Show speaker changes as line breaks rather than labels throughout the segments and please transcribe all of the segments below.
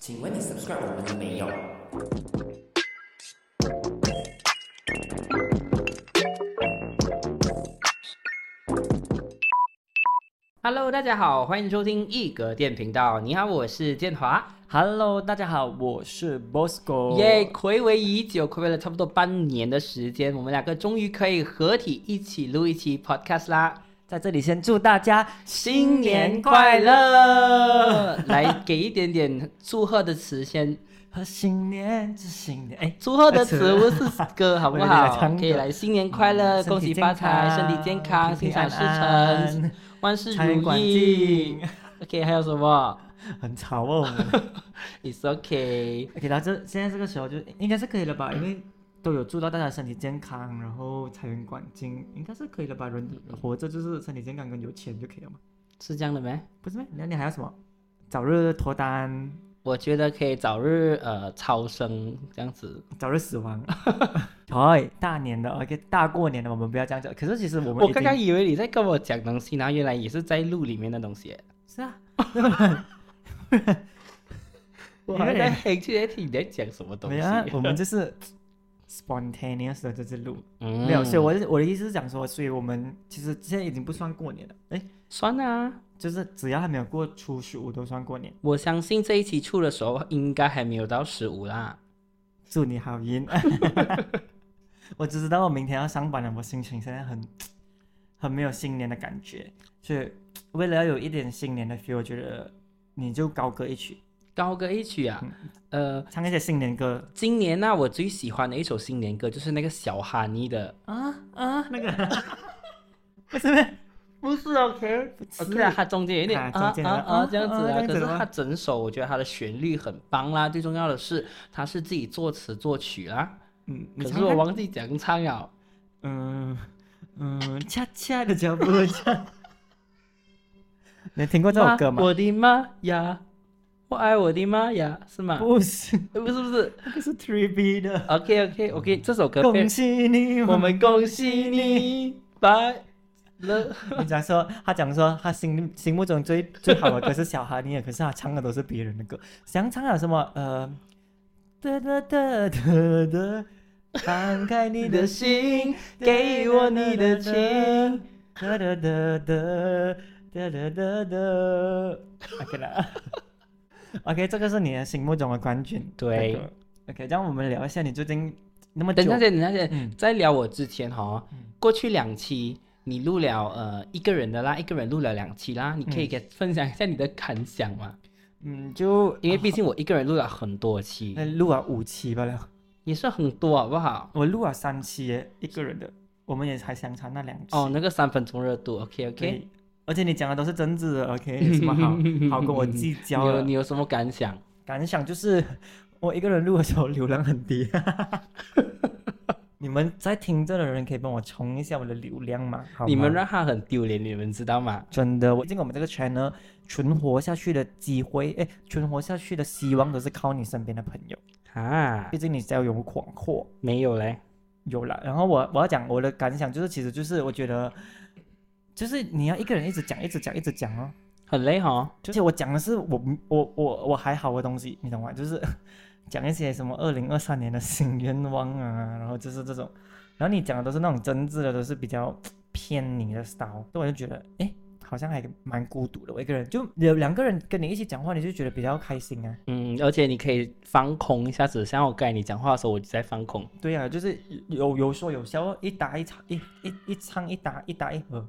请问你 subscribe 我们了没有？
Hello，大家好，欢迎收听一格电频道。你好，我是建华。
Hello，大家好，我是 Bosco。
耶、暌违已久，暌违了差不多半年的时间，我们两个终于可以合体一起录一期 podcast 啦！
在这里先祝大家
新年快！乐！来给一点点祝贺的词先，
和新年之新年，哎，
祝贺的词不是歌，好不
我以为你在
好
唱？歌嗯
可以来新年快乐，
身
恭
体
喜
健
发财，
康
身体健康，心
平平
想事
安
成
安，
万事
财源
如
广
意
进。
OK，还有什么
很吵哦。 我们
？It's OK。
OK，到这现在这个时候就应该是可以了吧？因为都有祝到大家身体健康，然后财源广进，应该是可以了吧？人活着就是身体健康跟有钱就可以了嘛，
是这样的没？
不是吗？那你还要什么？早日脱单，
我觉得可以早日呃超生这样子。
早日死亡。 哎，大年的 OK，大过年的我们不要这样讲。可是其实我
我
们已
刚
经
刚以为你在跟我讲东西，然后原来也是在录里面的东 西。
是啊，
我
因为
还 在很确定你在讲什么东
没
西。
有啊，我们就是 spontaneous 的这次录，
嗯
没有，所以我的我的意思是讲说，所以我们其实现在已经不算过年了，哎，
算啊，
就是只要还没有过初十五都算过年。
我相信这一期出的时候应该还没有到十五啦。
祝你好运！ 我只知道我明天要上班了，我心情现在很很没有新年的感觉，所以为了要有一点新年的 feel，我觉得你就高歌一曲，
高歌一曲啊，
嗯
呃，
唱一些新年歌
今年呢、我最喜欢的一首新年歌就是那个小哈尼的，
啊啊，那个不是咩？
不是 OK，是啊，它中间有一点
啊
啊
中间
啊
有
啊这样子
啊
啊，
这样
可
子
是
的吗
它整首我觉得它的旋律很棒啦，最重要的是它是自己作词作曲啦，
嗯，你
可
唱
是我
看
忘记讲唱了。
嗯嗯，恰恰的脚步恰。你听过这首歌
妈
吗？
我的妈呀，我爱我的妈呀，是吗？呃
不是，
不是不是
那个是 Three B 的。
，OK OK OK，这首歌被
嗯恭喜你，
我们恭喜你快乐。
你讲说，他讲说他心心目中最最好的歌是小哈尼尔，可是他唱的都是别人的歌，想唱了什么呃，哒哒哒哒哒，放开你
你
的
的
心，
心给我你的情，
哒哒哒哒哒哒哒哒，OK 啦，OK，这个是你的心目中的冠军，
对
这个，OK，让我们聊一下你最近那么久
等一下，等一下，等一下
嗯
在聊我之前哈
嗯，
过去两期你录了呃一个人的啦，一个人录了两期啦，你可以给分享一下你的感想吗？
嗯，就
因为毕竟我一个人录了很多期，
那录了五期吧了。
也是很多好不好？
我录了三期耶，一个人的，我们也才相差那两期。
哦，那个三分钟热度，OK OK。
对，而且你讲的都是真挚的，OK，有什么好好跟我计
你
较
有
的
你？有什么感想？
感想就是，我一个人录的时候流量很低。你们在听这的人可以帮我冲一下我的流量吗？好吗
你们让他很丢脸，你们知道吗？
真的，我进我们这个圈呢，存活下去的机会，哎，存活下去的希望都是靠你身边的朋友。
啊
毕，竟你只要有广阔，
没有嘞，
有了。然后我我要讲我的感想，就是其实就是我觉得，就是你要一个人一直讲，一直讲，一直讲哦。
很累哦。
而且我讲的是我我我我还好的东西，你懂吗？就是讲一些什么二零二三年的新愿望啊，然后就是这种，然后你讲的都是那种真挚的，都是比较偏你的 style，所以我就觉得，哎，好像还蛮孤独的。我一个人就有两个人跟你一起讲话，你就觉得比较开心啊。
嗯，而且你可以放空一下子，像我刚才你讲话的时候，我就在放空。
对啊，就是有有说有笑哦，一打一唱一一一唱一打一打一和。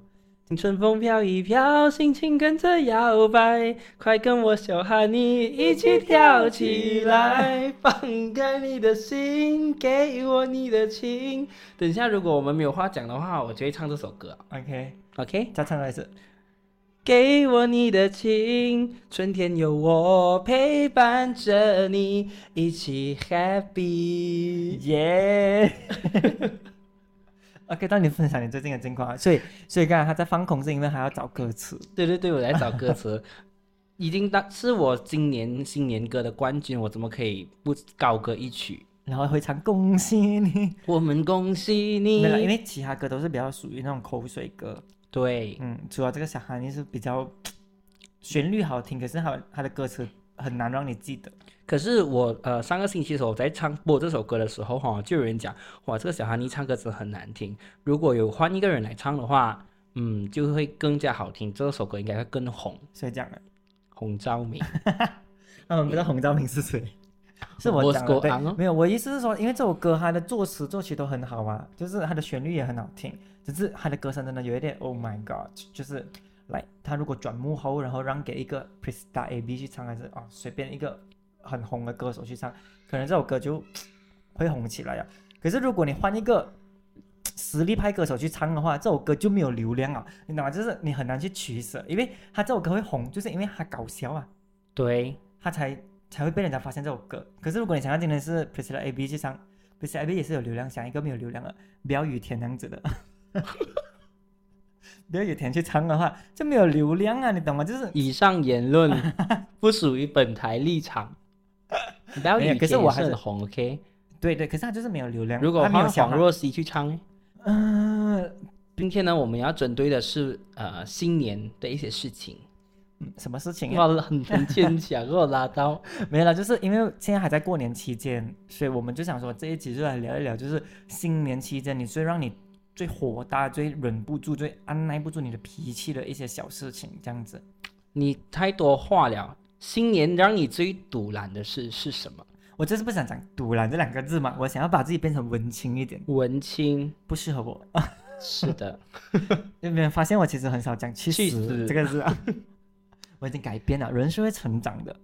青春风飘一飘，心情跟着摇摆，快跟我小哈你一起跳起来，放开你的心，给我你的情。等一下，如果我们没有话讲的话，我就会唱这首歌。
OK，
OK，
再唱一次。
给我你的情，春天有我陪伴着你，一起 happy。
耶、OK，到你分享你最近的近况啊，所以所以刚才他在放空是因为还要找歌词，
对对对，我来找歌词，已经当是我今年新年歌的冠军，我怎么可以不高歌一曲？
然后会唱恭喜你。
我们恭喜
没了，
你！
因为其他歌都是比较属于那种口水歌，
对，
嗯，除了这个小哈尼是比较旋律好听，可是它它的歌词很难让你记得。
可是我呃上个星期的时候我在唱播这首歌的时候哈、就有人讲哇，这个小哈尼唱歌真的很难听。如果有换一个人来唱的话，嗯，就会更加好听，这首歌应该会更红。
谁讲的？
洪昭 明，
他们不知道洪昭明是谁， 是我
嗯我
讲
是
的。
狗昂
对
哦，
没有，我意思是说，因为这首歌它的作词作曲都很好嘛，就是它的旋律也很好听，只是它的歌声真的有一点 Oh my God，就是来他如果转幕后，然后让给一个 Prista A B 去唱，还是啊、随便一个很红的歌手去唱，可能这首歌就会红起来啊。可是如果你换一个实力派歌手去唱的话，这首歌就没有流量啊，你懂吗？就是你很难去取舍，因为他这首歌会红，就是因为他搞笑啊。
对，
他才才会被人家发现这首歌。可是如果你想要今天是 Priscilla A B 去唱，Priscilla A B 也是有流量，想一个没有流量的苗雨田那样子的， 苗雨田去唱的话就没有流量啊，你懂吗？就是
以上言 论不属于本台立场。不要
没有
理
可是
解
我还
是
是
很红，OK？
对对，可是他就是没有流量，
如果
他没有
换
想
黄
法，
若曦去唱呢，
嗯、呃
今天呢，我们要针对的是呃新年的一些事情。
嗯，什么事情、啊？
哇，很很牵强，给啊我拉到。
没有啦，就是因为现在还在过年期间，所以我们就想说这一集就来聊一聊，就是新年期间你最让你最火大、最忍不住、最按耐不住你的脾气的一些小事情，这样子。
你太多话了。新年让你最堵拦的事是什么？
我就是不想讲“独揽”这两个字嘛，我想要把自己变成文青一点，
文青，
不适合我。
是的，
有没有发现我其实很少讲“去死”
去死
这个字啊？ 我已经改变了，人是会成长的。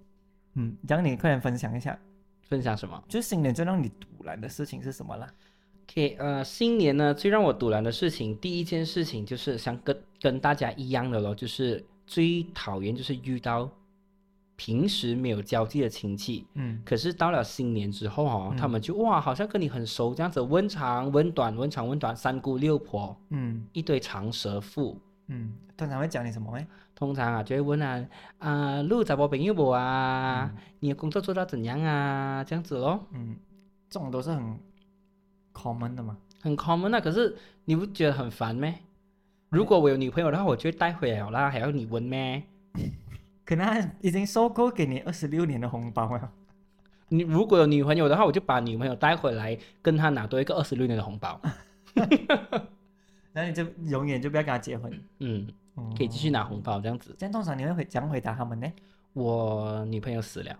嗯，讲你快点分享一下，
分享什么
就是新年最让你堵拦的事情是什么啦？
？OK，呃，新年呢最让我堵拦的事情，第一件事情就是像跟跟大家一样的咯，就是最讨厌就是遇到平时没有交际的亲戚，
嗯，
可是到了新年之后哦，他
嗯
们就哇好像跟你很熟这样子，问长问短，问长问短，三姑六婆，
嗯
一堆长舌妇，
嗯，通常会讲你什么诶？
通常啊就会问啊啊，路找我朋友不啊？你的工作做到怎样啊？这样子咯，
嗯，这种都是很 common 的嘛。
很 common 啊。可是你不觉得很烦咩？如果我有女朋友的话，我就会带回来了啦，还要你问咩？
可能他已经收购给你二十六年的红包了。
你如果有女朋友的话，我就把女朋友带回来，跟她拿多一个二十六年的红包。
然后你就永远就不要跟他结婚，
嗯，
嗯
可以继续。拿红包这样子。
这样通常你会回怎样回答他们呢？
我女朋友死了，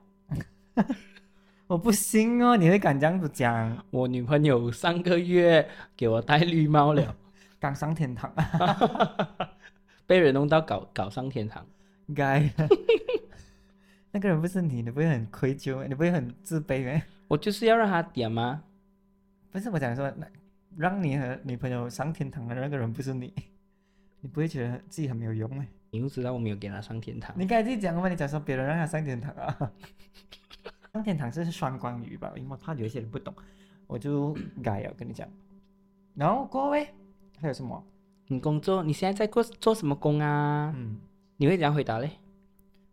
我不信哦，你会敢这样子讲？
我女朋友上个月给我戴绿帽了，
刚上天堂啊，
被人弄到搞搞上天堂。
应该。啊那个人不是你，你不会很愧疚吗？你不会很自卑吗？
我就是要让她点啊嘛，
不是我讲说，那让你和女朋友上天堂的那个人不是你，你不会觉得自己很没有用吗？
你又知道我没有给她上天堂。
你刚才自己讲过吗？你讲说别人让他上天堂啊？上天堂是双关语吧？因为我怕有一些人不懂，我就改了跟你讲。然后各位还有什么？
你工作，你现在在做做什么工啊？
嗯，
你会怎样回答嘞？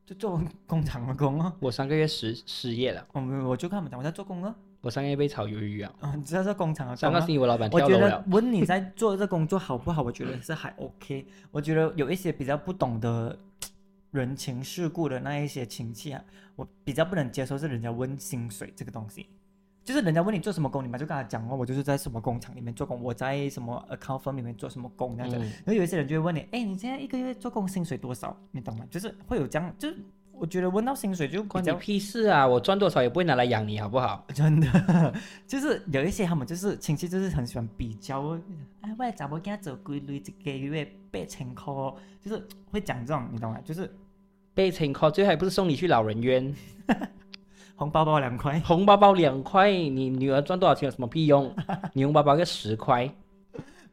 就做工厂的工哦。
我上个月失失业了，
我们我就跟他们讲我在做工哦。
我上个月被炒鱿鱼啊！
啊，你知道这工厂的
上个
工啊
星期我老板
我
跳
觉
楼
得
了，嗯
问你在做这工作好不好，我觉得是还 OK。我觉得有一些比较不懂得人情世故的那一些亲戚啊，我比较不能接受是人家问薪水这个东西。就是人家问你做什么工，你嘛就跟他讲哦，我就是在什么工厂里面做工，我在什么 account firm 里面做什么工这样子。
嗯
然后有一些人就会问你，哎，你现在一个月做工薪水多少？你懂吗？就是会有这样，就是我觉得问到薪水就比
关你
较
屁事啊！我赚多少也不会拿来养你，好不好？
真的，就是有一些他们就是亲戚，就是很喜欢比较哦。哎，我的查某囝做几类一个月八千块哦，就是会讲这种，你懂吗？就是
被请 call 最后还不是送你去老人院，
红包包两块，
红包包两块，你女儿赚多少钱有什么屁 用？你红包包个十块，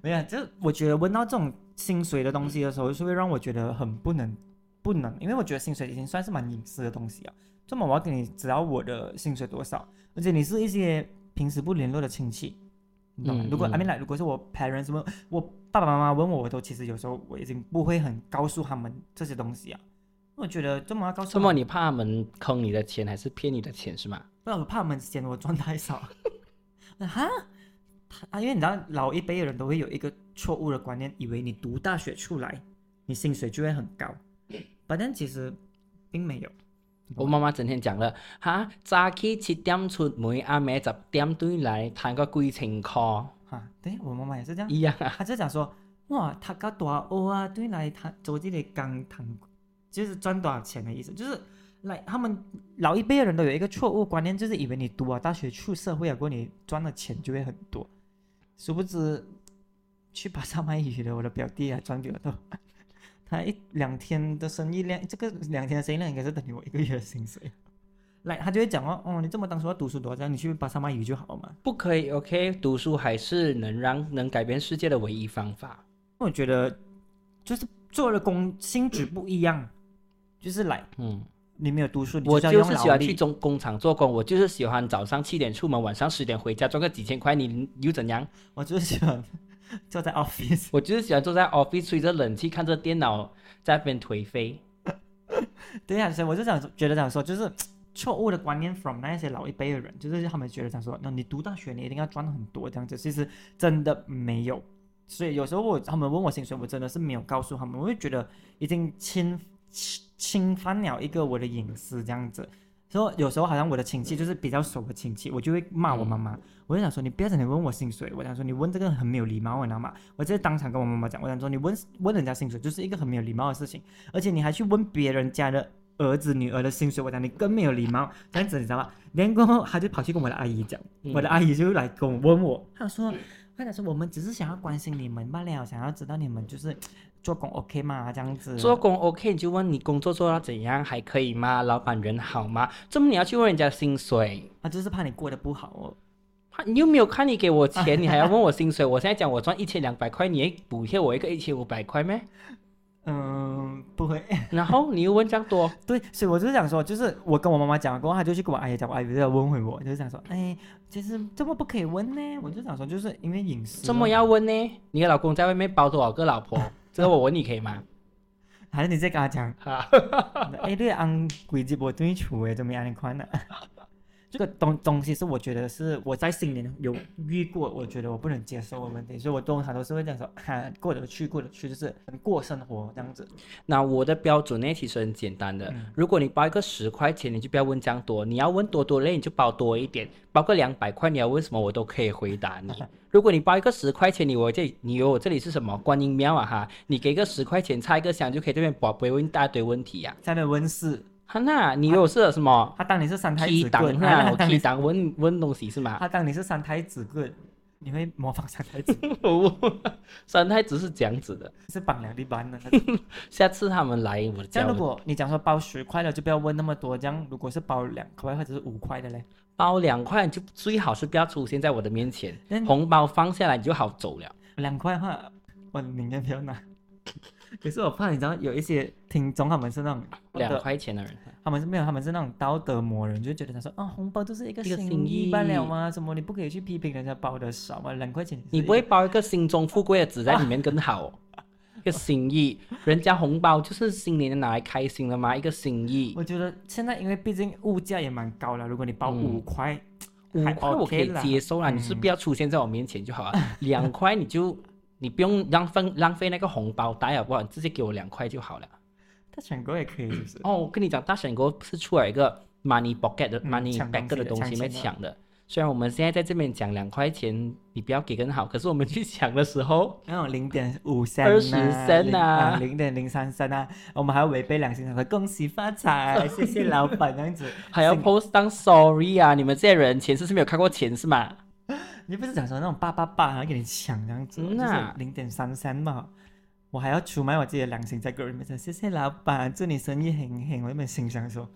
没有，就是我觉得闻到这种薪水的东西的时候，就会让我觉得很不能不能，因为我觉得薪水已经算是蛮隐私的东西啊。这么我要给你知道我的薪水多少，而且你是一些平时不联络的亲戚，你懂吗？
嗯
如果
嗯
I mean like，如果是我 parents 问我爸爸妈妈问我，我都其实有时候我已经不会很告诉他们这些东西啊。我觉得这么要告诉
这
他
么
们，
你怕他们坑你的钱还是骗你的钱是吗？
不然我怕他们嫌我赚太少。 哈，啊，因为你知道老一辈的人都会有一个错误的观念，以为你读 大学出来，你薪水就会很高，反正其实并没有。
我妈妈整天讲了，哈，早起七点出门，阿妹十点对来，赚个几千块，
哈，对我妈妈也是这样，
一样啊。
她就讲说，哇，他搞多少欧啊？对来，他做这里刚谈，就是赚多少钱的意思，就是来他们老一辈的人都有一个错误观念，就是以为你读啊大学出社会啊，过后你赚的钱就会很多，殊不知去巴萨卖鱼的我的表弟啊赚比我多。 他一两天的生意量，这个两天的生意量应该是等于我一个月的薪水。来，他就会讲哦，哦，你这么当初要读书多少钱，你去巴萨卖鱼就好了嘛。
不可以，OK，读书还是能让能改变世界的唯一方法。
我觉得就是做的工性质不一样，就是来
嗯，
你没有读书，你
我
是要
就
用
是喜
劳
欢去
力。
中工厂做工，我就是喜欢早上七点出门，晚上十点回家赚个几千块，你又怎样？
我就是喜欢 坐在 office，
我就是喜欢坐在 office 吹着冷气，看着电脑在那边颓废。
对呀、所以我就想说觉得想说就是错误的观念 from 那些老一辈的人，就是他们觉得想说，那你读大学你一定要赚很多这样子，其实真的没有。所以有时候我他们问我薪水，我真的是没有告诉他们，我会觉得已经侵侵侵犯了一个我的隐私这样子。所以有时候好像我的亲戚就是比较熟的亲戚，我就会骂我妈妈，我就想说你不要整天问我薪水，我想说你问这个很没有礼貌，你知道吗？我直接当场跟我妈妈讲，我想说你问问人家薪水就是一个很没有礼貌的事情，而且你还去问别人家的儿子女儿的薪水，我讲你更没有礼貌，这样子你知道吗？然后过后他就跑去跟我的阿姨讲，
嗯
我的阿姨就来跟我问我，她说，她讲说我们只是想要关心你们罢了，想要知道你们就是做工 OK 吗？这样子。
做工 OK，你就问你工作做到怎样，还可以吗？老板人好吗？这么你要去问人家薪水？
啊，就是怕你过得不好哦。
啊你又没有看你给我钱，你还要问我薪水？我现在讲我赚一千两百块，你也补贴我一个一千五百块咩？
嗯，不会。
然后你又问这样多，
对，所以 我就是啊想说，就是我跟我妈妈讲过后，她就去跟我阿姨讲，我阿姨就要问回我，就是想说，哎，其实这么不可以问呢。我就想说，就是因为隐私。
这么？要问呢？你的老公在外面包多少个老婆？这个我问你可以吗？
还是你再跟她讲？
啊，
哎，对，按规矩我对处诶，怎么样？你看呢？ 这个东东西是我觉得是我在新年有遇过，我觉得我不能接受的问题，所以我通常都是会讲说， 哈、过得去，过得去，就是过生活这样子。
那我的标准呢，其实很简单的。
嗯
如果你包一个十块钱，你就不要问这样多，你要问多多嘞，你就包多一点；包个两百块，你要问什么我都可以回答 你。如果你包一个十块钱，你我这里你以为我这里是什么观音庙啊哈？你给个十块钱，插一个香就可以这边宝贝问一大堆问题呀、
下面温室，
哈那你以为我是什么
他当你是三太
踢
子
档
棍，
啊？
他
我
当
踢
你
档问问东西是 吗？
他当你是三太子棍，你会模仿三太子
三太子是这样子的，
是绑两粒班的那 种。
下次他们来我
这
教
样如
我
果你讲说包十块的，就不要问那么多。这样如果是包两块或者是五块的嘞，
包两块，你就最好是不要出现在我的面前
那，你
红包放下来你就好走了。
两块的话，我宁愿不要拿。 可是我怕你知道有一些听众他们是那种道
两
德，
块钱的人，
他们是没有，他们是那种道德魔人，就觉得他说啊红包就是一个
一个
心
心
意
意
罢了嘛，什么你不可以去批评人家包的少嘛，两块钱也是
你不
一
会
个
包一个心中富贵的纸在里面更好、哦？ 一个心意，人家红包就是新年拿来开心的嘛，一个心意。
我觉得现在因为毕竟物价也蛮高了，如果你包
嗯
五块，
五
还
块我可
OK
以
啦嗯
接受啦，你是不要出现在我面前就好了。两块你就你不用浪费浪费那个红包袋好不好？你直接给我两块就好了。
他选购也可以，是不是？
哦，我跟你讲，大选国是出了一个 money pocket 的、
嗯
money
抢
bag
东西的
的东西
抢
来
钱的
抢的。虽然我们现在在这边讲两块钱，你不要给更好，可是我们去抢的时候，
那种零点五三、
20三啊
零点零三三啊，我们还要违背良心，想说恭喜发财，谢谢老板这样子。
还要
心
post 当 sorry 啊！你们这些人前世是没有看过钱是吗？
你不是讲说那种八八八，然后给你抢这样子，
嗯
就是
啊
零点三三嘛。我还要出卖我自己的良心，在个人面前，谢谢老板，祝你生意很很。我原本心想说，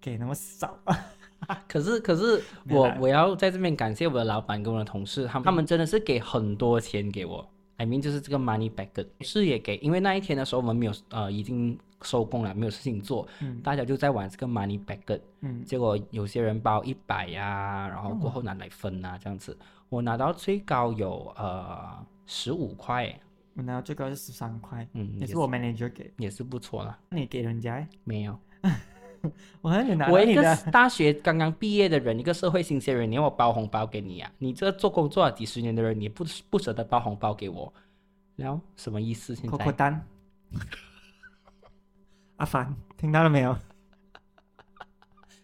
给那么少 啊，
可是可是
没有
我
啦
我要在这边感谢我的老板跟我的同事，他们他们真的是给很多钱给我。I mean 就是这个 money back 的是也给，因为那一天的时候我们没有呃已经收工了，没有事情做，
嗯
大家就在玩这个 money back。
嗯，
结果有些人包一百呀，然后
哦
过后拿来分啊，这样子。我拿到最高有呃十五块，
我拿到嗯最高是十三块，
嗯，
也
也
是我 manager 给，
也是不错啦。
你给人家，欸
没有，
我还有拿到
我一
你
个
的，
大学刚刚毕业的人，一个社会新鲜人，你要我包红包给你啊？你这做工作了几十年的人，你不不舍得包红包给我，然后什么意思？现
扣扣
在，
单。阿凡，听到了没有？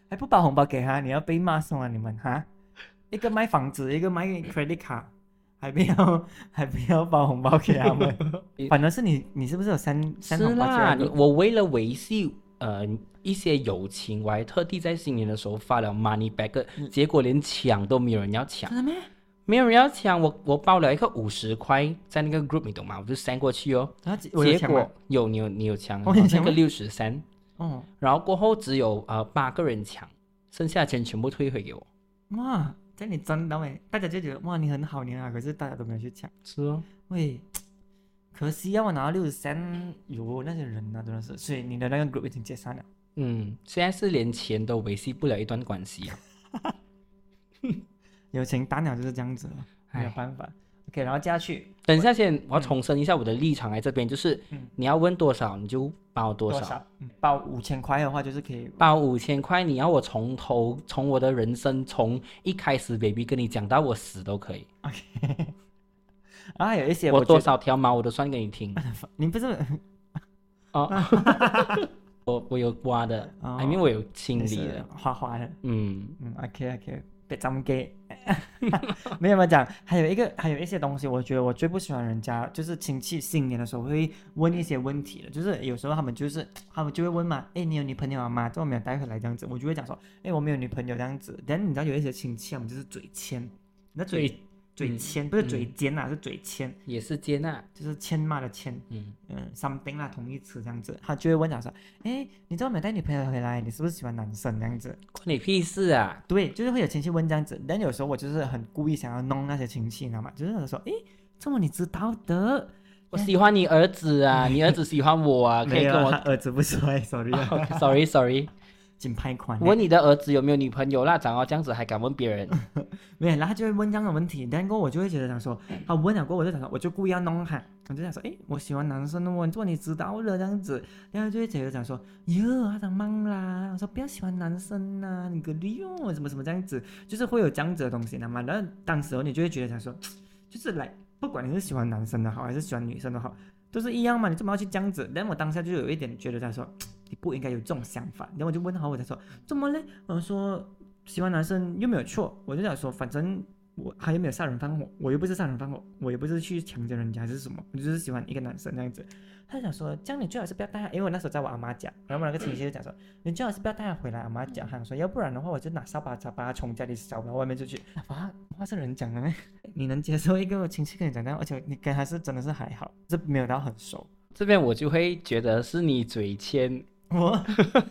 还哎不把红包给他，你要被骂送啊你们哈！一个卖房子，一个卖 credit 卡，还不要 还不要包红包给他们 反而是你你是不是有三三
是
红包
啦，
给
你
他们
我为了维系呃一些友情，我还特地在新年的时候发了 money bag，、结
嗯
果连抢都没有人要抢，
真的咩？
没有人要抢，我我包了一个五十块在那个 group 你懂吗？我就 send 过去哦，
然后几我有
结
抢
果
吗？
有你有你有抢，
我有
好像
抢
一个
吗
六十三，
哦，
然后过后只有呃八个人抢，剩下的钱全部退回给我。
哇，这样你赚到诶，大家就觉得哇你很好你啊，可是大家都没有去抢，
是哦，
喂，可惜啊要我拿到六十三有那些人啊，真的是，所以你的那个 group 已经解散了。
嗯，现在是连钱都维系不了一段关系啊。
友情打鸟就是这样子了，没有
唉
办法。OK，然后接下去
等一下先，我要重申一下我的立场来这边，就是
嗯
你要问多少你就包多少，
少？嗯报五千块的话，就是可以
包五千块，你要我从头从我的人生从一开始 baby 跟你讲到我死都可以，
OK。啊，有一些
我
觉
多
得
少条毛我都算给你听。
你不是
哦，我我有刮的，
哦
I mean 我有清
你
理
是
的，
花花的，
嗯，
嗯，OK OK，别咱们给， 没有没有讲，还有一个还有一些东西，我觉得我最不喜欢人家就是亲戚新年的时候会问一些问题的，就是有时候他们就是他们就会问嘛，哎，你有女朋友了吗？怎么没有带回来这样子？我就会讲说，哎，我没有女朋友这样子。但你知道有一些亲戚啊，我们就是嘴欠，那嘴嘴
嗯
欠不是
嗯
嘴尖啊，是嘴欠，
也是接纳，
就是欠骂的欠。
嗯，
嗯，something 啦，同义词这样子，他就会问讲说，哎，你知道没有带女朋友回来，你是不是喜欢男生这样子？
关你屁事 啊！
对，就是会有亲戚问这样子，但有时候我就是很故意想要弄那些亲戚，你知道吗？就是想说，哎，这么你知道的？
我喜欢你儿子 啊，你儿子喜欢我啊，可以
没有
跟我
他儿子不帅，sorry，啊
，Oh, sorry sorry，
紧拍款欸。
问你的儿子有没有女朋友啦？长到这样子还敢问别 人？
没有，然后他就会问这样的问题，但过后我就会觉得想说，他问了过后我就想说，我就故意要弄他，我就想说，哎，我喜欢男生的哦，做你知道了这样子，然后就会觉得讲说，哟，他长懵啦，我说不要喜欢男生呐、你个驴哦，什么什么这样子，就是会有这样子的东西的嘛，然后当时候你就会觉得想说，就是来，不管你是喜欢男生的好，还是喜欢女生的好，都是一样嘛，你怎么要去这样子？但我当下就有一点觉得他说，你不应该有这种想法，然后我就问好我才说，怎么嘞？我说喜欢男生又没有错，我就想说，反正我还又没有杀人放火，我又不是杀人放火，我又不是去强奸人家还是什么，我就是喜欢一个男生这样子。他就想说，这样你最好是不要带他，因为我那时候在我阿妈家，然后我那个亲戚就讲说，你最好是不要带他回来阿妈家，他想说，要不然的话我就拿扫把把他从家里扫到外面出去。啊，话是人讲的咩？你能接受一个亲戚跟你讲这样，而且你跟他是真的是还好，是没有到很熟。
这边我就会觉得是你嘴欠。
我，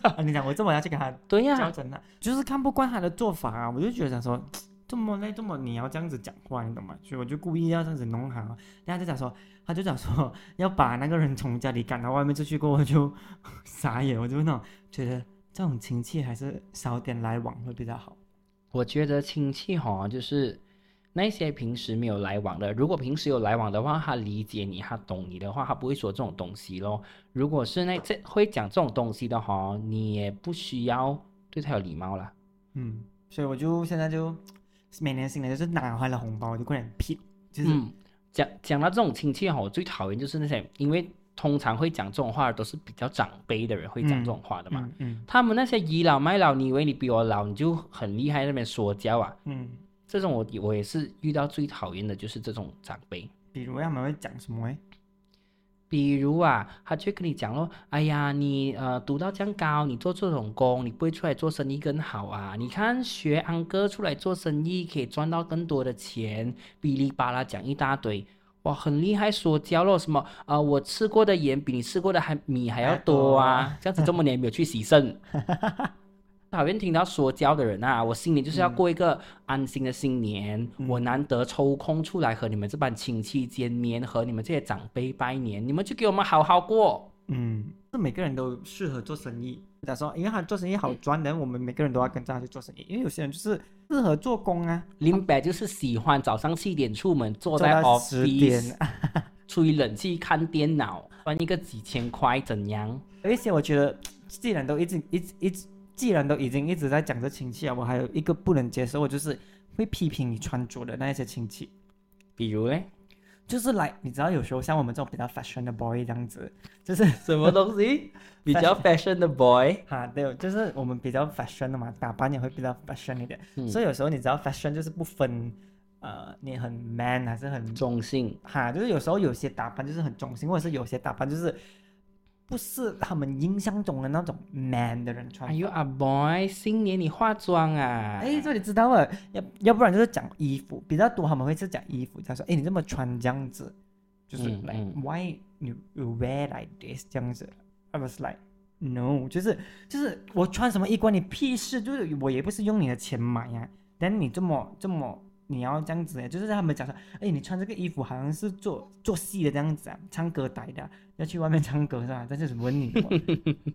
啊你讲我这么要去跟他
对呀、
调整了，就是看不惯他的做法啊，我就觉得想说，这么累，这么你要这样子讲话，你懂吗？所以我就故意要这样子弄他，啊然后他就讲说，他就讲说 要把那个人从家里赶到外面出去过后，我就 傻眼，我就那种觉得这种亲戚还是少点来往会比较好。
我觉得亲戚哈，就是那些平时没有来往的，如果平时有来往的话，他理解你，他懂你的话，他不会说这种东西咯。如果是那这会讲这种东西的哈，你也不需要对他有礼貌啦。
嗯，所以我就现在就每年新年就是拿回来红包，我就过来屁，就是、
嗯，讲讲到这种亲戚哈，我最讨厌就是那些，因为通常会讲这种话的都是比较长辈的人会讲这种话的嘛。
嗯嗯
他们那些倚老卖老，你以为你比我老，你就很厉害那边说教啊？
嗯，
这种我我也是遇到最讨厌的就是这种长辈。
比如他们会讲什么诶？
比如啊，他就会跟你讲咯，哎呀，你呃读到这样高，你做这种工，你不会出来做生意更好啊？你看学安哥出来做生意可以赚到更多的钱，哔哩吧啦讲一大堆，哇，很厉害说教咯，什么呃我吃过的盐比你吃过的还米还要多啊，这样子这么年没有去洗肾。讨厌听到说教的人啊！我新年就是要过一个安心的新年，我难得抽空出来和你们这帮亲戚见面，和你们这些长辈拜年，你们就给我们好好过。
嗯，是每个人都适合做生意。假如说，因为他做生意
嗯
好赚，然后我们每个人都要跟着他去做生意。因为有些人就是适合做工啊，
林北就是喜欢早上七点出门，坐
做
在
到十
office
点。 啊
吹冷气、看电脑，赚一个几千块怎样？
有一些我觉得，既然都一直一直一直，既然都已经一直在讲这亲戚啊，我还有一个不能接受，我就是会批评你穿着的那一些亲戚。
比如嘞，
就是来，你知道有时候像我们这种比较 fashion 的 boy 这样子，就是
什么东西 比较 fashion 的 boy？
啊，对，就是我们比较 fashion 的嘛，打扮也会比较 fashion 一点，所以有时候你知道 fashion 就是不分，呃，你很 man 还是很
中性，
哈，就是有时候有些打扮就是很中性，或者是有些打扮就是不是他们印象中的那种 man 的人穿
哎
法。
呦啊 boy，新年你化妆啊？
哎，这你知道了，要要不然就是讲衣服比较多，他们会是讲衣服，他说，哎，你这么穿这样子，就是
嗯
like、
嗯
why you you wear like this 这样子，I was like no，就是就是我穿什么衣关你屁事，就是我也不是用你的钱买呀、但你这么这么你要这样子耶，就是他们讲说，哎，你穿这个衣服好像是做做戏的这样子啊，唱歌呆的啊、要去外面唱歌是吧？这就是问你的嘛，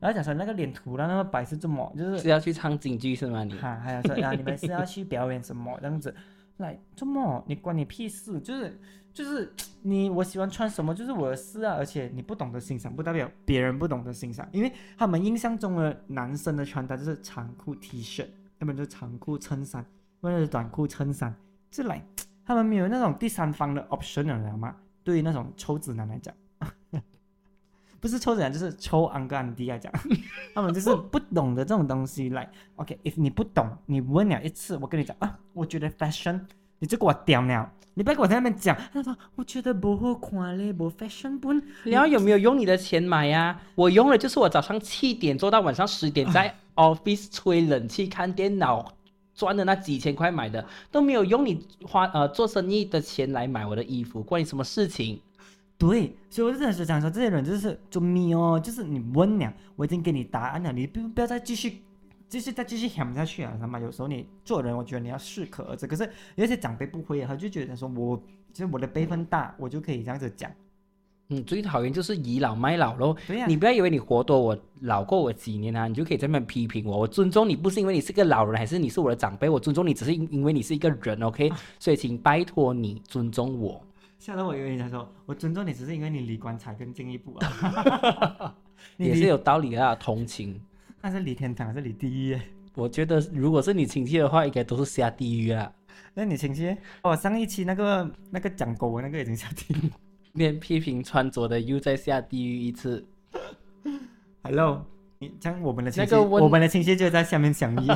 然后讲说那个脸涂了那么白是这么，就是
是要去唱京剧是吗？你
哈，还有说啊，你们是要去表演什么这样子？来，这么你关你屁事？就是就是你我喜欢穿什么就是我的事啊，而且你不懂得欣赏，不代表别人不懂得欣赏，因为他们印象中的男生的穿搭就是长裤 T 恤，要么就是长裤衬衫，要么就是短裤衬衫，就来他们没有那种第三方的 option 了，你知道吗？对于那种臭直男来讲。 不是臭直男，就是臭安哥安迪来讲， 他们就是不懂得这种东西来。OK，if、你不懂，你问了一次，我跟你讲啊，我觉得 fashion，你就给我屌了，你不要给我在那边讲。他说我觉得不好看嘞，不 fashion 不。
然后有没有用你的钱买呀、我用了，就是我早上七点做到晚上十点，
啊
在 office 吹冷气、看电脑，赚的那几千块买的，都没有用你花呃做生意的钱来买我的衣服，关你什么事情？
对，所以我就真的是想说，这些人就是就咪哦，就是你问了，我已经给你答案了，你不不要再继续。就是再继续喊下去啊，他妈有时候你做人，我觉得你要适可而止。可是有一些长辈不会啊，他就觉得说我，其实我的辈分大，我就可以这样子讲。
嗯，最讨厌就是倚老卖老喽。
对呀、啊
你不要以为你活多我老过我几年啊，你就可以在那边批评我。我尊重你，不是因为你是个老人，还是你是我的长辈，我尊重你只是因因为你是一个人，OK？所以
啊
请拜托你尊重我。
吓得我有点想说，我尊重你，只是因为你离棺材更进一 步啊。你
也
离
是有道理的啊，同情。
那是离天堂，还是离地狱耶。
我觉得如果是你亲戚的话，应该都是下地狱啊。
那你亲戚？哦，上一期那个那个讲狗的那个已经下地 狱。
连批评穿着的又再下地狱一次。
Hello，你像我们的亲戚，
那个问
我们的亲戚就在下面响 应。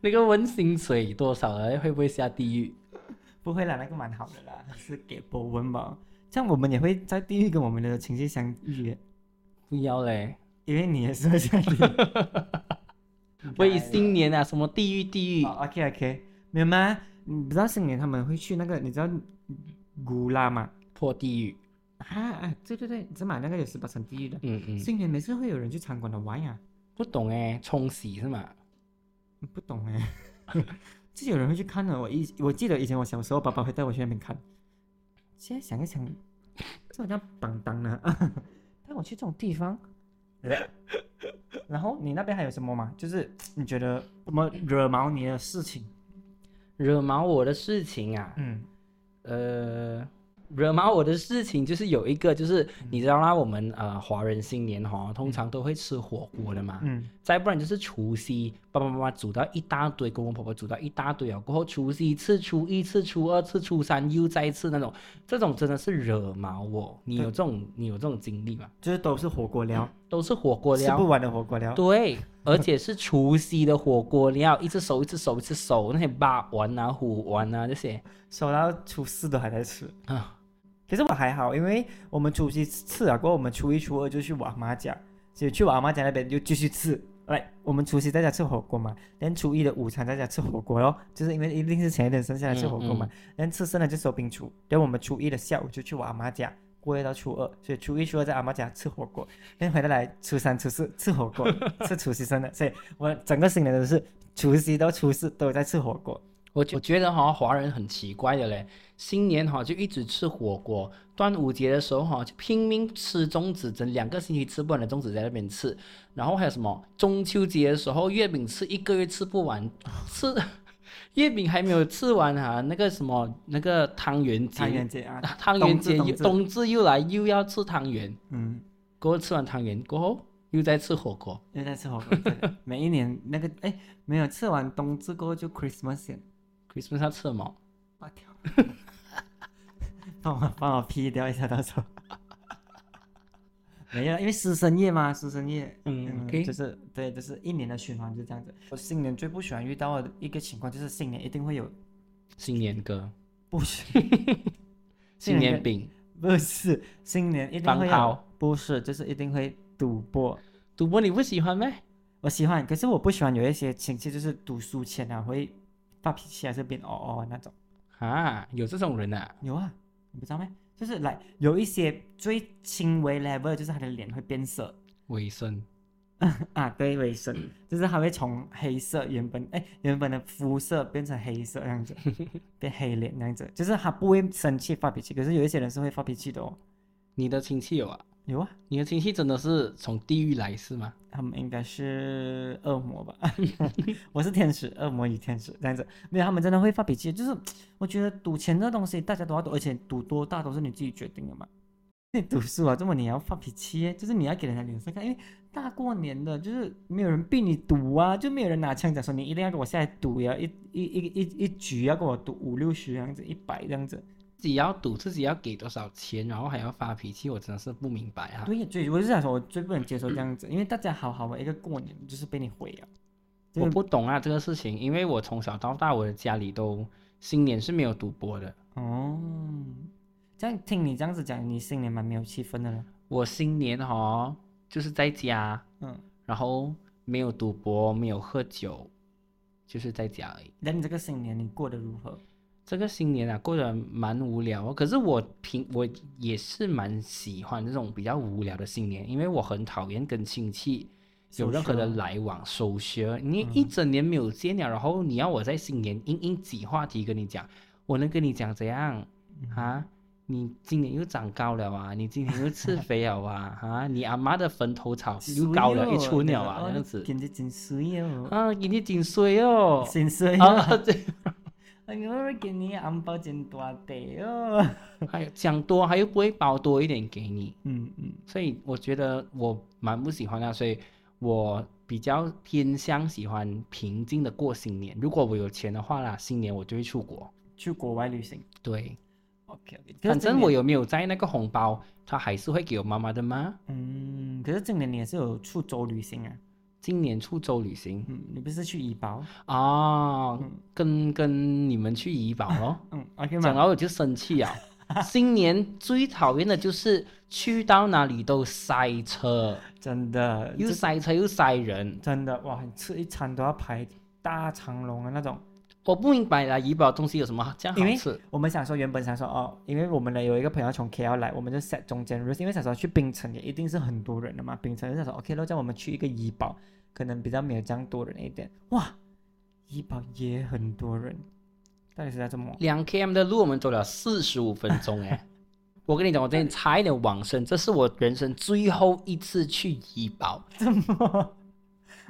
那个问薪水多少啊？会不会下地狱？
不会啦，那个蛮好的啦，是给波温吧。像我们也会在地狱跟我们的亲戚相遇耶，
不要嘞！
因为你也是会下地狱。
为新年啊，什么地狱地狱？
哦，OK OK，明白吗？你不知道新年他们会去那个，你知道古拉吗？
破地狱。
啊，啊，对对对，芝麻那个有十八层地狱的。
嗯嗯，
新年每次会有人去场馆的啊玩呀、
不懂哎，冲洗是吗？
嗯不懂哎、 自己有人会去看啊的。我以我记得以前我小时候，爸爸会带我去那边看。现在想一想，这好像榜当呢、啊， 带我去这种地方。然后你那边还有什么吗？就是你觉得什么惹毛你的事情？
惹毛我的事情啊，
嗯，
呃，惹毛我的事情就是有一个，就是你知道啦，我们呃华人新年哈，通常都会吃火锅的嘛。
嗯，
再不然就是除夕，爸爸妈妈煮到一大堆，公公婆婆煮到一大堆哦。过后除夕吃初一、吃初二、吃初三，又再吃那种，这种真的是惹毛我。你有这种，你有这种经历吗？
就是都是火锅料，
都是火锅
吃
料，
不完的火锅料。
对，而且是除夕的火锅料，一次熟一次熟一次熟，那些八丸啊、虎丸啊这些
收到初四都还在吃。
啊，
可是我还好，因为我们除夕吃了过后，我们初一、初二就去我阿妈家，所以去我阿妈家那边就继续吃。来，我们除夕在家吃火锅嘛，连初一的午餐在家吃火锅咯，就是因为一定是前一天剩下来吃火锅嘛，然后吃剩的就收冰厨。然后我们初一的下午就去我阿妈家过夜到初二，所以初一、初二在阿妈家吃火锅，然后回来来初三、初四吃火锅，吃除夕剩的，所以我整个新年都是除夕到初四都在吃火锅。
我觉我觉得哈、华人很奇怪的嘞，新年哈、就一直吃火锅，端午节的时候哈、就拼命吃粽子，整两个星期吃不完的粽子在那边吃，然后还有什么中秋节的时候月饼吃一个月吃不完， 吃月饼还没有吃完啊，那个什么那个汤圆节，
汤圆节啊，
啊汤圆节
冬至
又
冬至
冬至又来又要吃汤圆，
嗯。
过后吃完汤圆过后又在吃火锅，
又在吃火锅，对的每一年那个哎，没有吃完冬至过后就 Christmas 先
Christmas 要吃什么？
挂掉，帮我帮我 P 掉一下，到时候。没有，因为师生夜嘛，师生夜，
嗯，OK
就是对，就是一年的循环就是这样子。我新年最不喜欢遇到的一个情况就是新年一定会有
新年歌、
不是
新年
歌
饼、
不是新年一定
放
会有
炮、
不是就是一定会赌博。
赌博，你不喜欢咩？
我喜欢，可是我不喜欢有一些亲戚就是赌输钱啊会发脾气，还是变哦哦那种。
啊，有这种人啊？
有啊，你不知道咩？就是来有一些最轻微 level，就是他的脸会变色。
尾声
啊，对，尾声就是它会从黑色原本哎原本的肤色变成黑色这样子，变黑脸那样子，就是他不会生气发脾气，可是有一些人是会发脾气的哦。
你的亲戚有啊？
有啊，
你的亲戚真的是从地狱来是吗？
他们应该是恶魔吧？ 我是天使，恶魔与天使这样子，没有他们真的会发脾气。就是我觉得赌钱这东西大家都要赌，而且赌多大都是你自己决定的嘛。 你赌输啊，这么你还要发脾气耶，就是你要给人家脸色看，因为大过年的，就是没有人逼你赌啊，就没有人拿枪讲说你一定要跟我下来赌呀，一一一一一局要跟我赌五六十这样子，一百这样子。
自己要赌，自己要给多少钱，然后还要发脾气，我真的是不明白啊。
对呀，所以我就想说，我最不能接受这样子，因为大家好好的一个过年就是被你毁了。这
我
个
不懂啊这个事情，因为我从小到大我的家里都新年是没有赌博的，
哦，这样听你这样子讲，你新年蛮没有气氛的了。
我新年哦就是在家，
嗯，
然后没有赌博，没有喝酒，就是在家而已。
那你这个新年你过得如何？
这个新年啊，过得蛮无聊哦。可是我平我也是蛮喜欢这种比较无聊的新年，因为我很讨厌跟亲戚有任何的
Social
来往。首先，你一整年没有见了，然后你要我在新年硬硬挤话题跟你讲，我能跟你讲怎样啊？你今年又长高了啊！你今年又吃肥了啊！ 啊，你阿妈的坟头草又高
哦
了一寸了啊！这样子
简直真水哦，
啊，给你颈水哦！
真水哦！
啊，对。
哎呦，给你红包真大袋哦。
还有讲多，他又不会包多一点给你，
嗯嗯，
所以我觉得我蛮不喜欢的，所以我比较偏向喜欢平静的过新年。如果我有钱的话啦，新年我就会出国。
去国外旅行。
对，
OK OK，
反正我有没有在那个红包，他还是会给我妈妈的嘛。
嗯，可是今年你也是有出州旅行啊。
今年出州旅行
嗯，你不是去怡保？
啊，
嗯
跟跟你们去怡保咯。
嗯，OK
讲
嘛。
到我就生气 啊！新年最讨厌的就是去到哪里都塞车。
真的，
又
这
塞车又塞人，
真的哇，吃一餐都要排大长龙的那种。
我不明白啦，怡保东西有什么这样
因
好
为
吃？
我们想说，原本想说哦，因为我们呢有一个朋友从 KL 来，我们就 set 中间 route，因为想说去槟城也一定是很多人的嘛，槟城就想说哦 OK，那这样我们去一个怡保，可能比较没有这样多人一点。哇，怡保也很多人，到底是在这么？
两 km 的路我们走了四十五分钟哎、 我跟你讲，我真的差一点往生，这是我人生最后一次去怡保。
这么？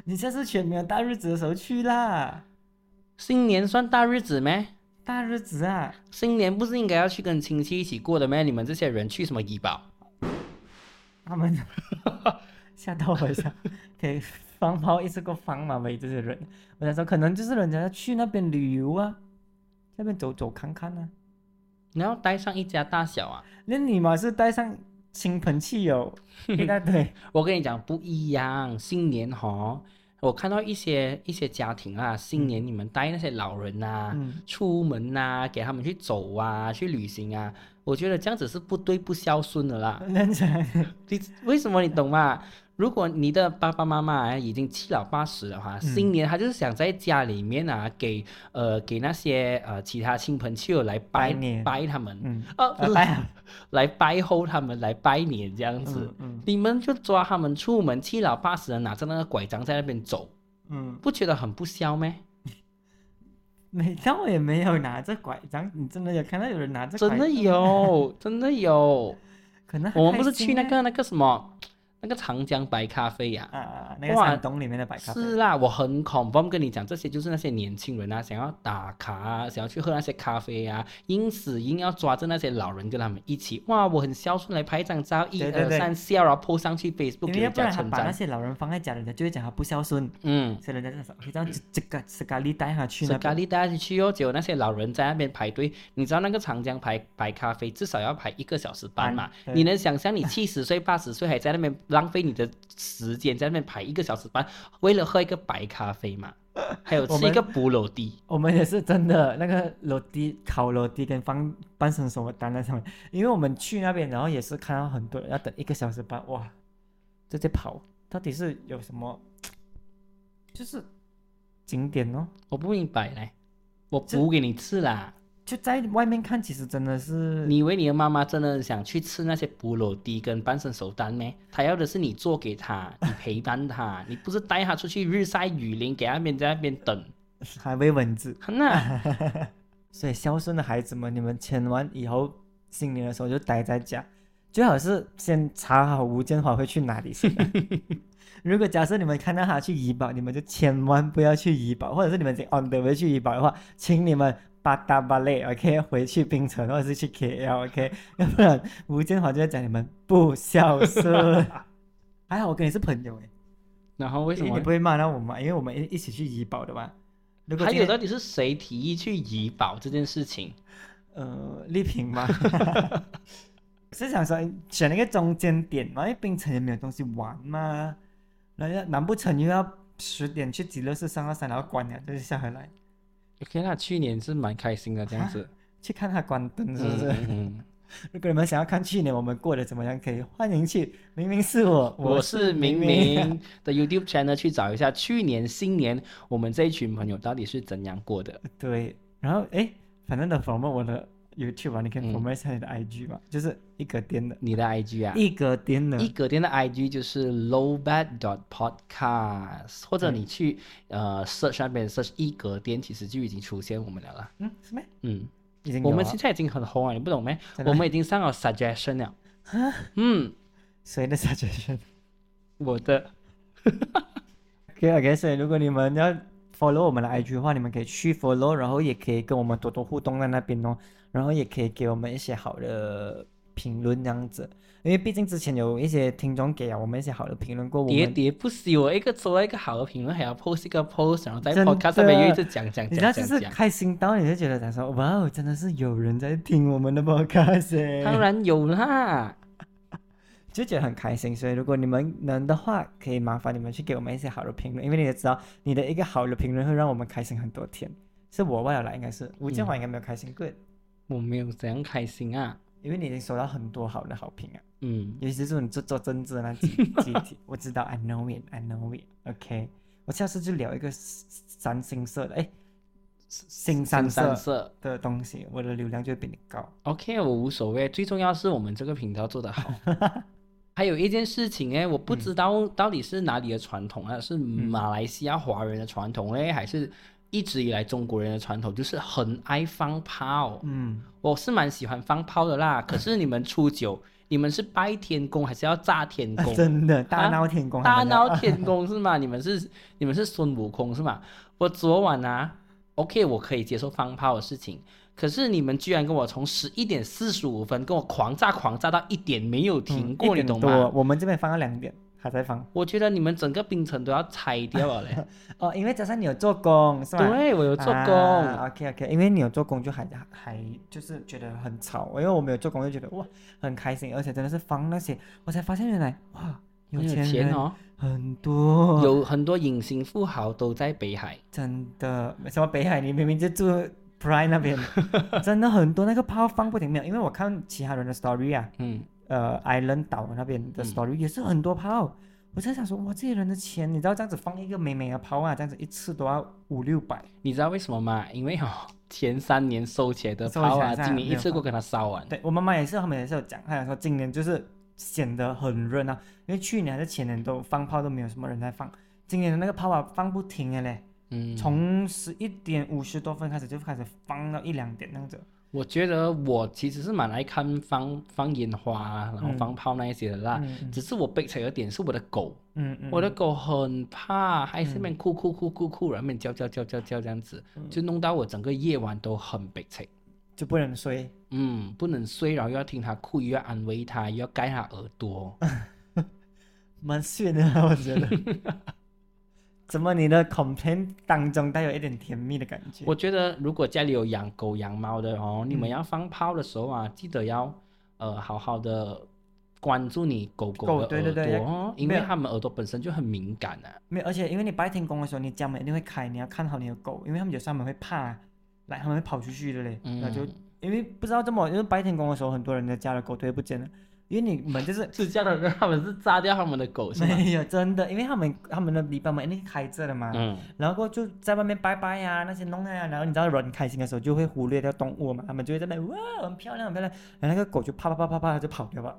你下次选没有大日子的时候去啦，
新年算大日子咩？
大日子啊，
新年不是应该要去跟亲戚一起过的咩？你们这些人去什么怡保？
他们 吓到我一下， 可以放炮一次过放嘛？喂，这些人，我想说可能就是人家去那边旅游啊，那边走走看看啊。
你要带上一家大小啊！
那你嘛是带上倾盆汽 油一大堆，
我跟你讲不一样，新年哈，我看到一些一些家庭啊，新年你们带那些老人呐、
嗯
出门呐、给他们去走啊，去旅行啊，我觉得这样子是不对不孝顺的啦。
那这样
你为什么你懂吗？如果你的爸爸妈妈已经七老八十了哈，
嗯
新年他就是想在家里面啊，给呃给那些呃其他亲朋戚友来拜
拜年
拜他们，
嗯，
呃不
拜
是
拜啊，
来拜候他们来拜年这样子。
嗯嗯
你们就抓他们出门，七老八十的拿着那个拐杖在那边走，
嗯，
不觉得很不孝咩？
没，但我也没有拿着拐杖，你真的有看到有人拿着拐
真
杖？
的有，真的有。
可能很
我们不
开
是
心
去那
啊
个那个什么那个长江白咖啡呀、
啊啊，那个
哇
山洞里面的白咖啡，
是啦，我很 confirm 跟你讲，这些就是那些年轻人啊，想要打卡啊，想要去喝那些咖啡啊，因此硬要抓着那些老人跟他们一起。哇，我很孝顺，来拍一张照，一
对对
二
对
三笑，然后 po 上去 Facebook
因
给
为要
人
不
家
然他
称
把那
赞。
些老人放在家里，他就会讲他不孝顺，
嗯，
所以人家就说，哎可以这样这这个斯咖喱带他去
是
那
咖
边，
喱带下去哦，结果那些老人在那边排队。你知道那个长江排白咖啡至少要排一个小时半嘛？
班对
你能想象你七十岁、八十岁还在那边浪费你的时间，在那边排一个小时半，为了喝一个白咖啡嘛？还有
我
吃一
们
个布鲁迪。
我们也是真的那个楼梯烤楼梯跟放半生熟的蛋在上面，因为我们去那边，然后也是看到很多人要等一个小时半，哇，直接跑，到底是有什么？就是景点哦，
我不明白嘞，我
这
补给你吃啦。
就在外面看，其实真的是
你以为你的妈妈真的想去吃那些菠萝地跟半生熟蛋咩？她要的是你做给 她，你陪伴她，你不是带她出去日晒雨淋，给她面在那边 等。啊
还喂蚊子，
那
所以孝顺的孩子们，你们千万以后新年的时候就待在家，最好是先查好吴建华会去哪里先。啊 如果假设你们看到他去怡保，你们就千万不要去怡保，或者是你们已经 on the way 去怡保的话，请你们巴达巴累，OK，回去槟城或者是去 KL，OK，、要不然吴建华就会讲你们不孝 顺。还好我跟你是朋友诶，欸
然后为什
因为
么
你不？会骂到我嘛，因为我们一一起去怡保的嘛。如果
还
今
有
天
到底是谁提议去怡保这件事情？
呃，丽萍 嘛，是想说选了一个中间点嘛，因为槟城也没有东西玩嘛，然后难不成又要十点去极乐寺上个山，然后关了就是下回来
OK 啦，去年是蛮开心的这样 子，
去看它关灯是不是？
嗯嗯嗯
如果你们想要看去年我们过得怎么样，可以欢迎去。明明是我，
我是明
明，
明的 YouTube channel 去找一下，去年新年我们这一群朋友到底是怎样过的？
对，然后诶，反正等 promote 我的 YouTube 啊，你可以
嗯
promote 一下你的 IG 嘛，就是一格颠的，
你的 IG 啊？
一格颠的
一，格店的 IG 就是 lowbat dot podcast，或者你去呃 search 那边 search 一格店，其实就已经出现我们了啦。
嗯，什么？
嗯，
已经
我
有
们
了
现在已经很红了，你不懂没？
真的
我们已经上了 suggestion 了。嗯，
啊谁的 suggestion？
我的
OK OK，所以如果你们要 follow 我们的 IG 的话，你们可以去 follow，然后也可以跟我们多多互动在那边哦，然后也可以给我们一些好的评论这样子，因为毕竟之前有一些听众给了我们一些好的评论过，我
喋
们
喋不休哦，一个收到一个好的评论，还要 post 一个 post，然后在
真的
podcast 上面又一直讲讲
你知
讲
道就
讲
是
讲。
开心到你就觉得想说，哇哦，真的是有人在听我们的 podcast，耶
当然有啦，
就觉得很开心。所以如果你们能的话，可以麻烦你们去给我们一些好的评论，因为你也知道，你的一个好的评论会让我们开心很多天。是我忘了啦，应该是吴建华应该没有开心过。
我没有怎样开心啊。
因为你已经收到很多好的好评啊，
嗯，
尤其是你做做政治 的那几几题，我知道，I know it，I know it，OK、我下次就聊一个三星色的，哎，新三
三
色
色。
的东西，我的流量就会比你高。
OK，我无所谓，最重要是我们这个频道做得 好。还有一件事情哎，我不
嗯
知道到底是哪里的传统啊，是马来西亚华人的传统嘞，还是一直以来中国人的传统，就是很爱放炮。
嗯，
我是蛮喜欢放炮的啦，可是你们初九，你们是拜天公还是要炸天公？
哎真的大闹天宫，
啊大
他们要
闹天宫是吗？你 们是你们是孙悟空是吗？我昨晚啊，OK，我可以接受放炮的事情，可是你们居然跟我从十一点四十五分跟我狂炸狂炸到一点没有停过，
嗯一
你
点
懂
多
吗？
我们这边放到两点，还在放
我觉得你们整个冰城都要拆掉了 嘞。
哦，因为加上你有做工是吧？
对，我有
有
做工，
啊 OK OK，因为你有做工就还还就是觉得很吵，因为我没有做工就觉得哇很开心，而且真的是放那些，我才发现原来哇有
很有
钱人
钱哦，
很多，
有很多隐形富豪都在北海。
真的什么北海，你明明就住 Pride 那边，真的很多那个炮放不停没有，因为我看其他人的 story 啊，
嗯，
呃 Island 岛那边的
嗯
story 也是很多炮，我在想说哇这些人的钱，你知道这样子放一个美美的炮啊，这样子一次都要五六百，
你知道为什么吗？因为哦，前三年收起来的
收起来
炮啊，
是啊
今年
没
一
有
次过
放
给它烧完。
对我妈妈也是，他们也是有讲，她讲说今年就是显得很热闹，因为去年还是前年都放炮都没有什么人在放，今年的那个炮啊放不停的嘞，
嗯，
从十一点五十多分开始就开始放到一两点那样子。
我觉得我其实是蛮来看放放烟花，然后
嗯
放炮那一些的啦。
嗯嗯
只是我悲惨的点是我的狗，
嗯嗯，
啊我的狗很怕，还是面哭哭哭哭哭，然后面叫叫叫叫叫这样子，就弄到我整个夜晚都很悲惨。
就不能睡。
嗯，不能睡，然后又要听它哭，又要安慰它，又要盖它耳朵。
蛮炫的啊，我觉得。 怎么你的 complain 当中带有一点甜蜜的感觉？
我觉得如果家里有养狗养猫的哦，你们要放炮的时候啊，记得要呃好好的关注你狗狗
狗
的耳朵，
对对对
哦因
没
为
有
它们耳朵本身就很敏感啊。
没有，而且因为你白天工的时候，你家门一定会开，你要看好你的狗，因为他们有时候他们会怕，来他们会跑出去的嘞。
嗯，
那就因为不知道这么，因为白天工的时候，很多人的家的狗都会不见了，因为你们就是
是这样的，他们是扎掉他们的狗 是吗？
没有真的，因为他们他们的篱笆门一定开着的嘛，
嗯
然后过后就在外面拜拜呀、那些弄啊，然后你知道人开心的时候就会忽略掉动物嘛，他们就会在那边哇很漂亮很漂亮，然后那个狗就啪啪啪啪啪就跑掉了。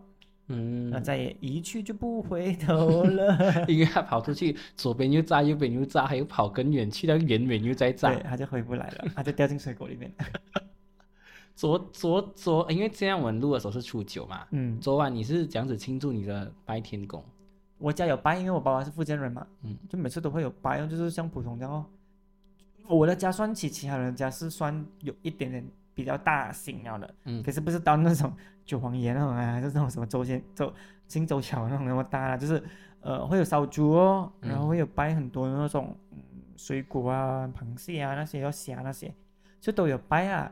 那
嗯，
再也一去就不回头 了。
因为它跑出去，左边又扎，右边又扎，还有跑更远，去到远远又再扎
对，。他就回不来了，他就掉进水沟里面。
昨昨昨，因为这样我们录的时候是初九嘛，
嗯，
昨晚你是怎样子庆祝你的白天工？
我家有拜，因为我爸爸是福建人嘛，
嗯
就每次都会有拜哦，就是像普通这样哦。我的家算起，其他人家是算有一点点比较大型了的，
嗯
可是不是到那种九皇爷那种啊， 就是那种什么周先周新周桥那种那么大啦，就是呃会有烧猪哦，
嗯
然后会有拜很多那种、嗯、水果啊、螃蟹啊那些，要虾那些，就都有拜啊。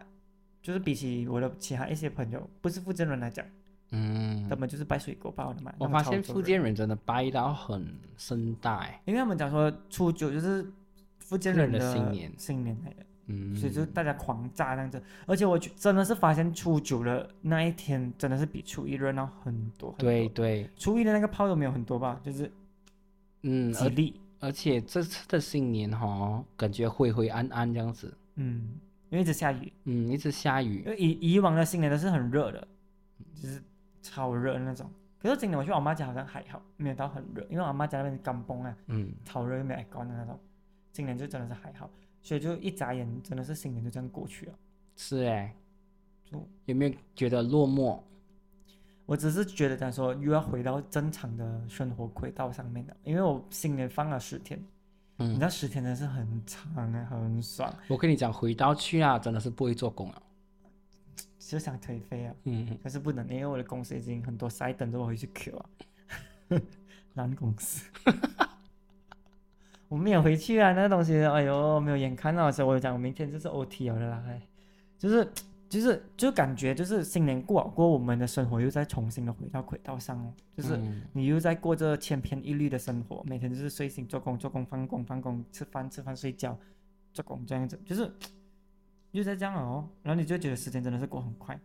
就是比起我的其他一些朋友，不是福建人来讲，
嗯
他们就是拜水果包的嘛。
我
他们
发
潮
现
州
福
人
建人真的掰到很深大欸，
因为他们讲说初九就是福建
个
人
人的
的
新年
新年来的，
嗯，
所以就大家狂炸这样子。而且我就真的是发现初九的那一天真的是比初一热闹很多。很多
对，对，
初一的那个炮友没有很多吧，就是
嗯，
几
而
粒，
而且这次的新年哈，感觉灰灰暗暗这样子，
嗯，因为一直下雨，
嗯，一直下
因
雨，
为以以往的新年都是很热的，就是超热的那种。可是今年我去我妈家好像还好，没有到很热，因为我妈家那边是干崩啊，
嗯，
超热又没有 aircon 的那种。今年就真的是还好，所以就一眨眼真的是新年就这样过去了。
是哎
就，
有没有觉得落寞？
我只是觉得讲说又要回到正常的生活轨道上面了，因为我新年放了十天，
嗯
你知，道十天真的是很长啊，很爽，
我跟你讲，回到去啊，真的是不会做工了，
就想颓废啊，
嗯，
可是不能，因为我的公司已经很多塞等着我回去 Q 啊， 烂公司， 我没有回去啊，那个东西，哎呦，没有眼看到，所以我就讲我明天就是 OT 了啦，哎，就是就是就感觉就是新年过好过后，我们的生活又再重新的回到轨道上哦，就是。
嗯
你又在过着千篇一律的生活，每天就是睡醒做工，做工放工放工，吃饭吃饭睡觉，做工这样子，就是又在这样了哦。然后你就觉得时间真的是过很快，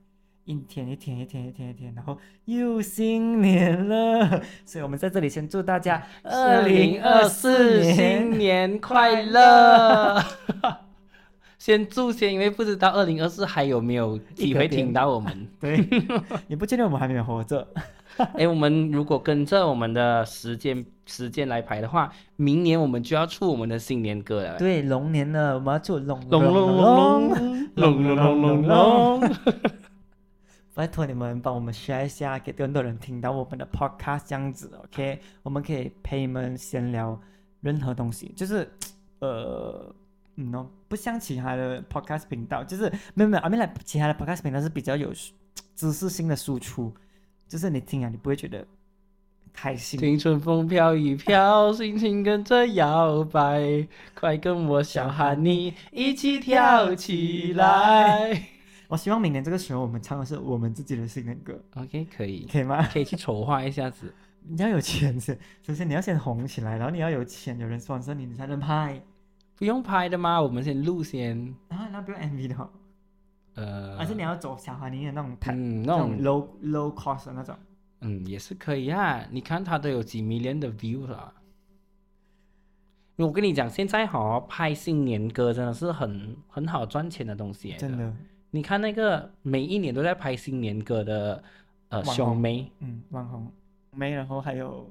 一天一天一天一天一天，然后又新年了。 所以我们在这里先祝大家二零二四年
新年快乐！先祝先，因为不知道二零二四还有没有
一
机
个
会
点
听到我们。
对， 你不确定我们还没有活着，
哎，我们如果跟着我们的时间时间来排的话，明年我们就要出我们的新年歌了。
对，龙年了，我们要祝龙
隆隆隆隆隆隆隆隆隆，
拜托你们帮我们 share 一下，给更多人听到我们的 podcast 这样子，OK？我们可以陪你们闲聊任何东西，就是呃，嗯哦，不像其他的 podcast 频道，就是没有没有，I mean like 其他的 podcast 频道是比较有知识性的输出，就是你听啊，你不会觉得开心。
听春风飘一飘，心情跟着摇摆，快跟我小哈尼一起跳起来。
我希望明年这个时候我们唱的是我们自己的新人歌，
OK，可以，
可以吗？
可以去筹划一下子。
你要有钱先，首先你要先红起来，然后你要有钱，有人双生你，你才能拍。
不用拍的吗？我们先录先。
然后那不用 MV 的哦。
呃，
而且你要走小华宁的那种台，
嗯，
那
那
种
种
low low cost 的那种。
嗯也是可以啊。你看它都有几 million 的 view 了。我跟你讲，现在哈、拍新年歌真的是很很好赚钱的东西来
真
的。
的，
你看那个每一年都在拍新年歌的呃
网红
兄妹
嗯，网红妹，然后还有、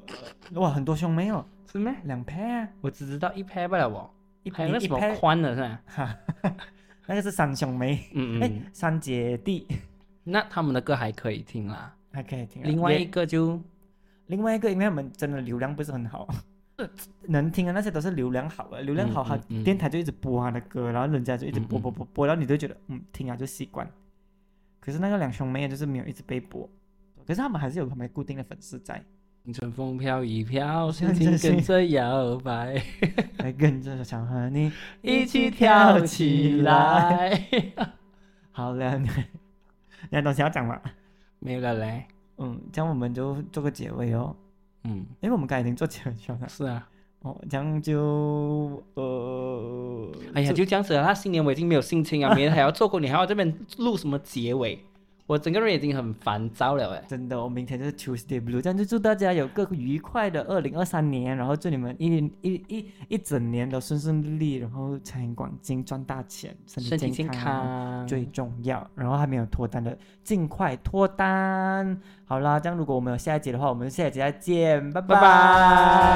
呃哇，很多兄妹哦，
是吗？
两 pair 啊，
我只知道一哎 pair 罢了哦。
一
还有那
一
什么
拍
宽的是吧？
那个是三兄妹，
嗯
哎、
嗯，
三姐弟
那他们的歌还可以听啦。
还可以听啊。
另外
也
一个就
另外一个，因为我们真的流量不是很好，能听的那些都是流量好的，流量好，
嗯
他
嗯嗯
电台就一直播他的歌，然后人家就一直
嗯
播
嗯
播播播，然后你就觉得嗯听了就习惯。可是那个两兄妹就是没有一直被播，可是他们还是有他们固定的粉丝在，
青春风飘一飘，心情跟着摇摆，
还跟着想和你
一起跳起
来。
来。
好了，你你还有东西要讲吗？
没有了嘞，
嗯，这样我们就做个结尾哦，
嗯，
因为我们刚才已经做结尾了
是啊，
哦，这样就呃，
哎呀，就这样子了。那新年我已经没有心 情啊，明天还要做工，你还要这边录什么结尾？我整个人已经很烦躁了哎。
真的，我明天就是 Tuesday Blue，这样就祝大家有个愉快的二零二三年，然后祝你们一一一一整年都顺顺利利，然后财源广进，赚大钱，身
身体
健
健康，
最重要。然后还没有脱单的，尽快脱单。好啦，这样如果我们有下一集的话，我们下一集再见，拜
拜拜